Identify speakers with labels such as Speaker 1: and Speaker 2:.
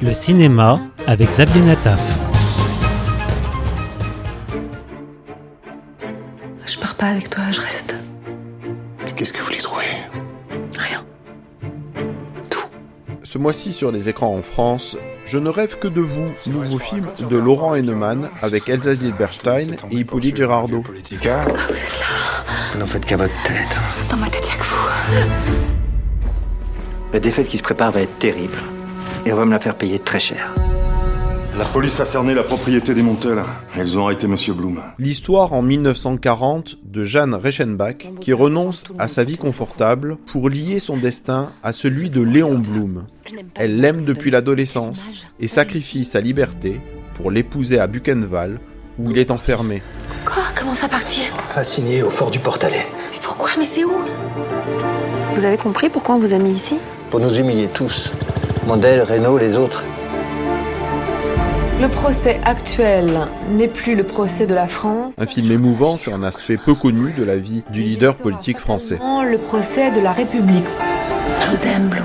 Speaker 1: Le cinéma avec Xavier Nataf.
Speaker 2: Je pars pas avec toi, je reste.
Speaker 3: Qu'est-ce que vous voulez trouver
Speaker 2: Rien.
Speaker 4: Ce mois-ci sur les écrans en France, Je ne rêve que de vous, nouveau film de Laurent Henneman avec Elsa Gilberstein et Hippolyte Gérardot.
Speaker 3: Politica.
Speaker 2: Vous êtes là.
Speaker 3: Vous n'en faites qu'à votre tête.
Speaker 2: Dans ma tête, y'a que vous.
Speaker 5: La défaite qui se prépare va être terrible. Et on va me la faire payer très cher.
Speaker 6: La police a cerné la propriété des Montel. Ils ont arrêté Monsieur Blum.
Speaker 4: L'histoire en 1940 de Jeanne Reichenbach qui renonce à sa vie confortable pour lier son destin à celui de Léon Blum. Elle l'aime depuis l'adolescence et sacrifie sa liberté pour l'épouser à Buchenwald où il est enfermé.
Speaker 2: Quoi Comment ça partir
Speaker 5: Assigné au fort du Portalet.
Speaker 2: Mais pourquoi Mais c'est où Vous avez compris pourquoi on vous a mis ici
Speaker 5: Pour nous humilier tous. Mandel, Renault, les autres.
Speaker 7: Le procès actuel n'est plus le procès de la France.
Speaker 4: Un film émouvant sur un aspect peu connu de la vie du leader politique français.
Speaker 7: Le procès de la République.
Speaker 2: Je vous aime, Blond.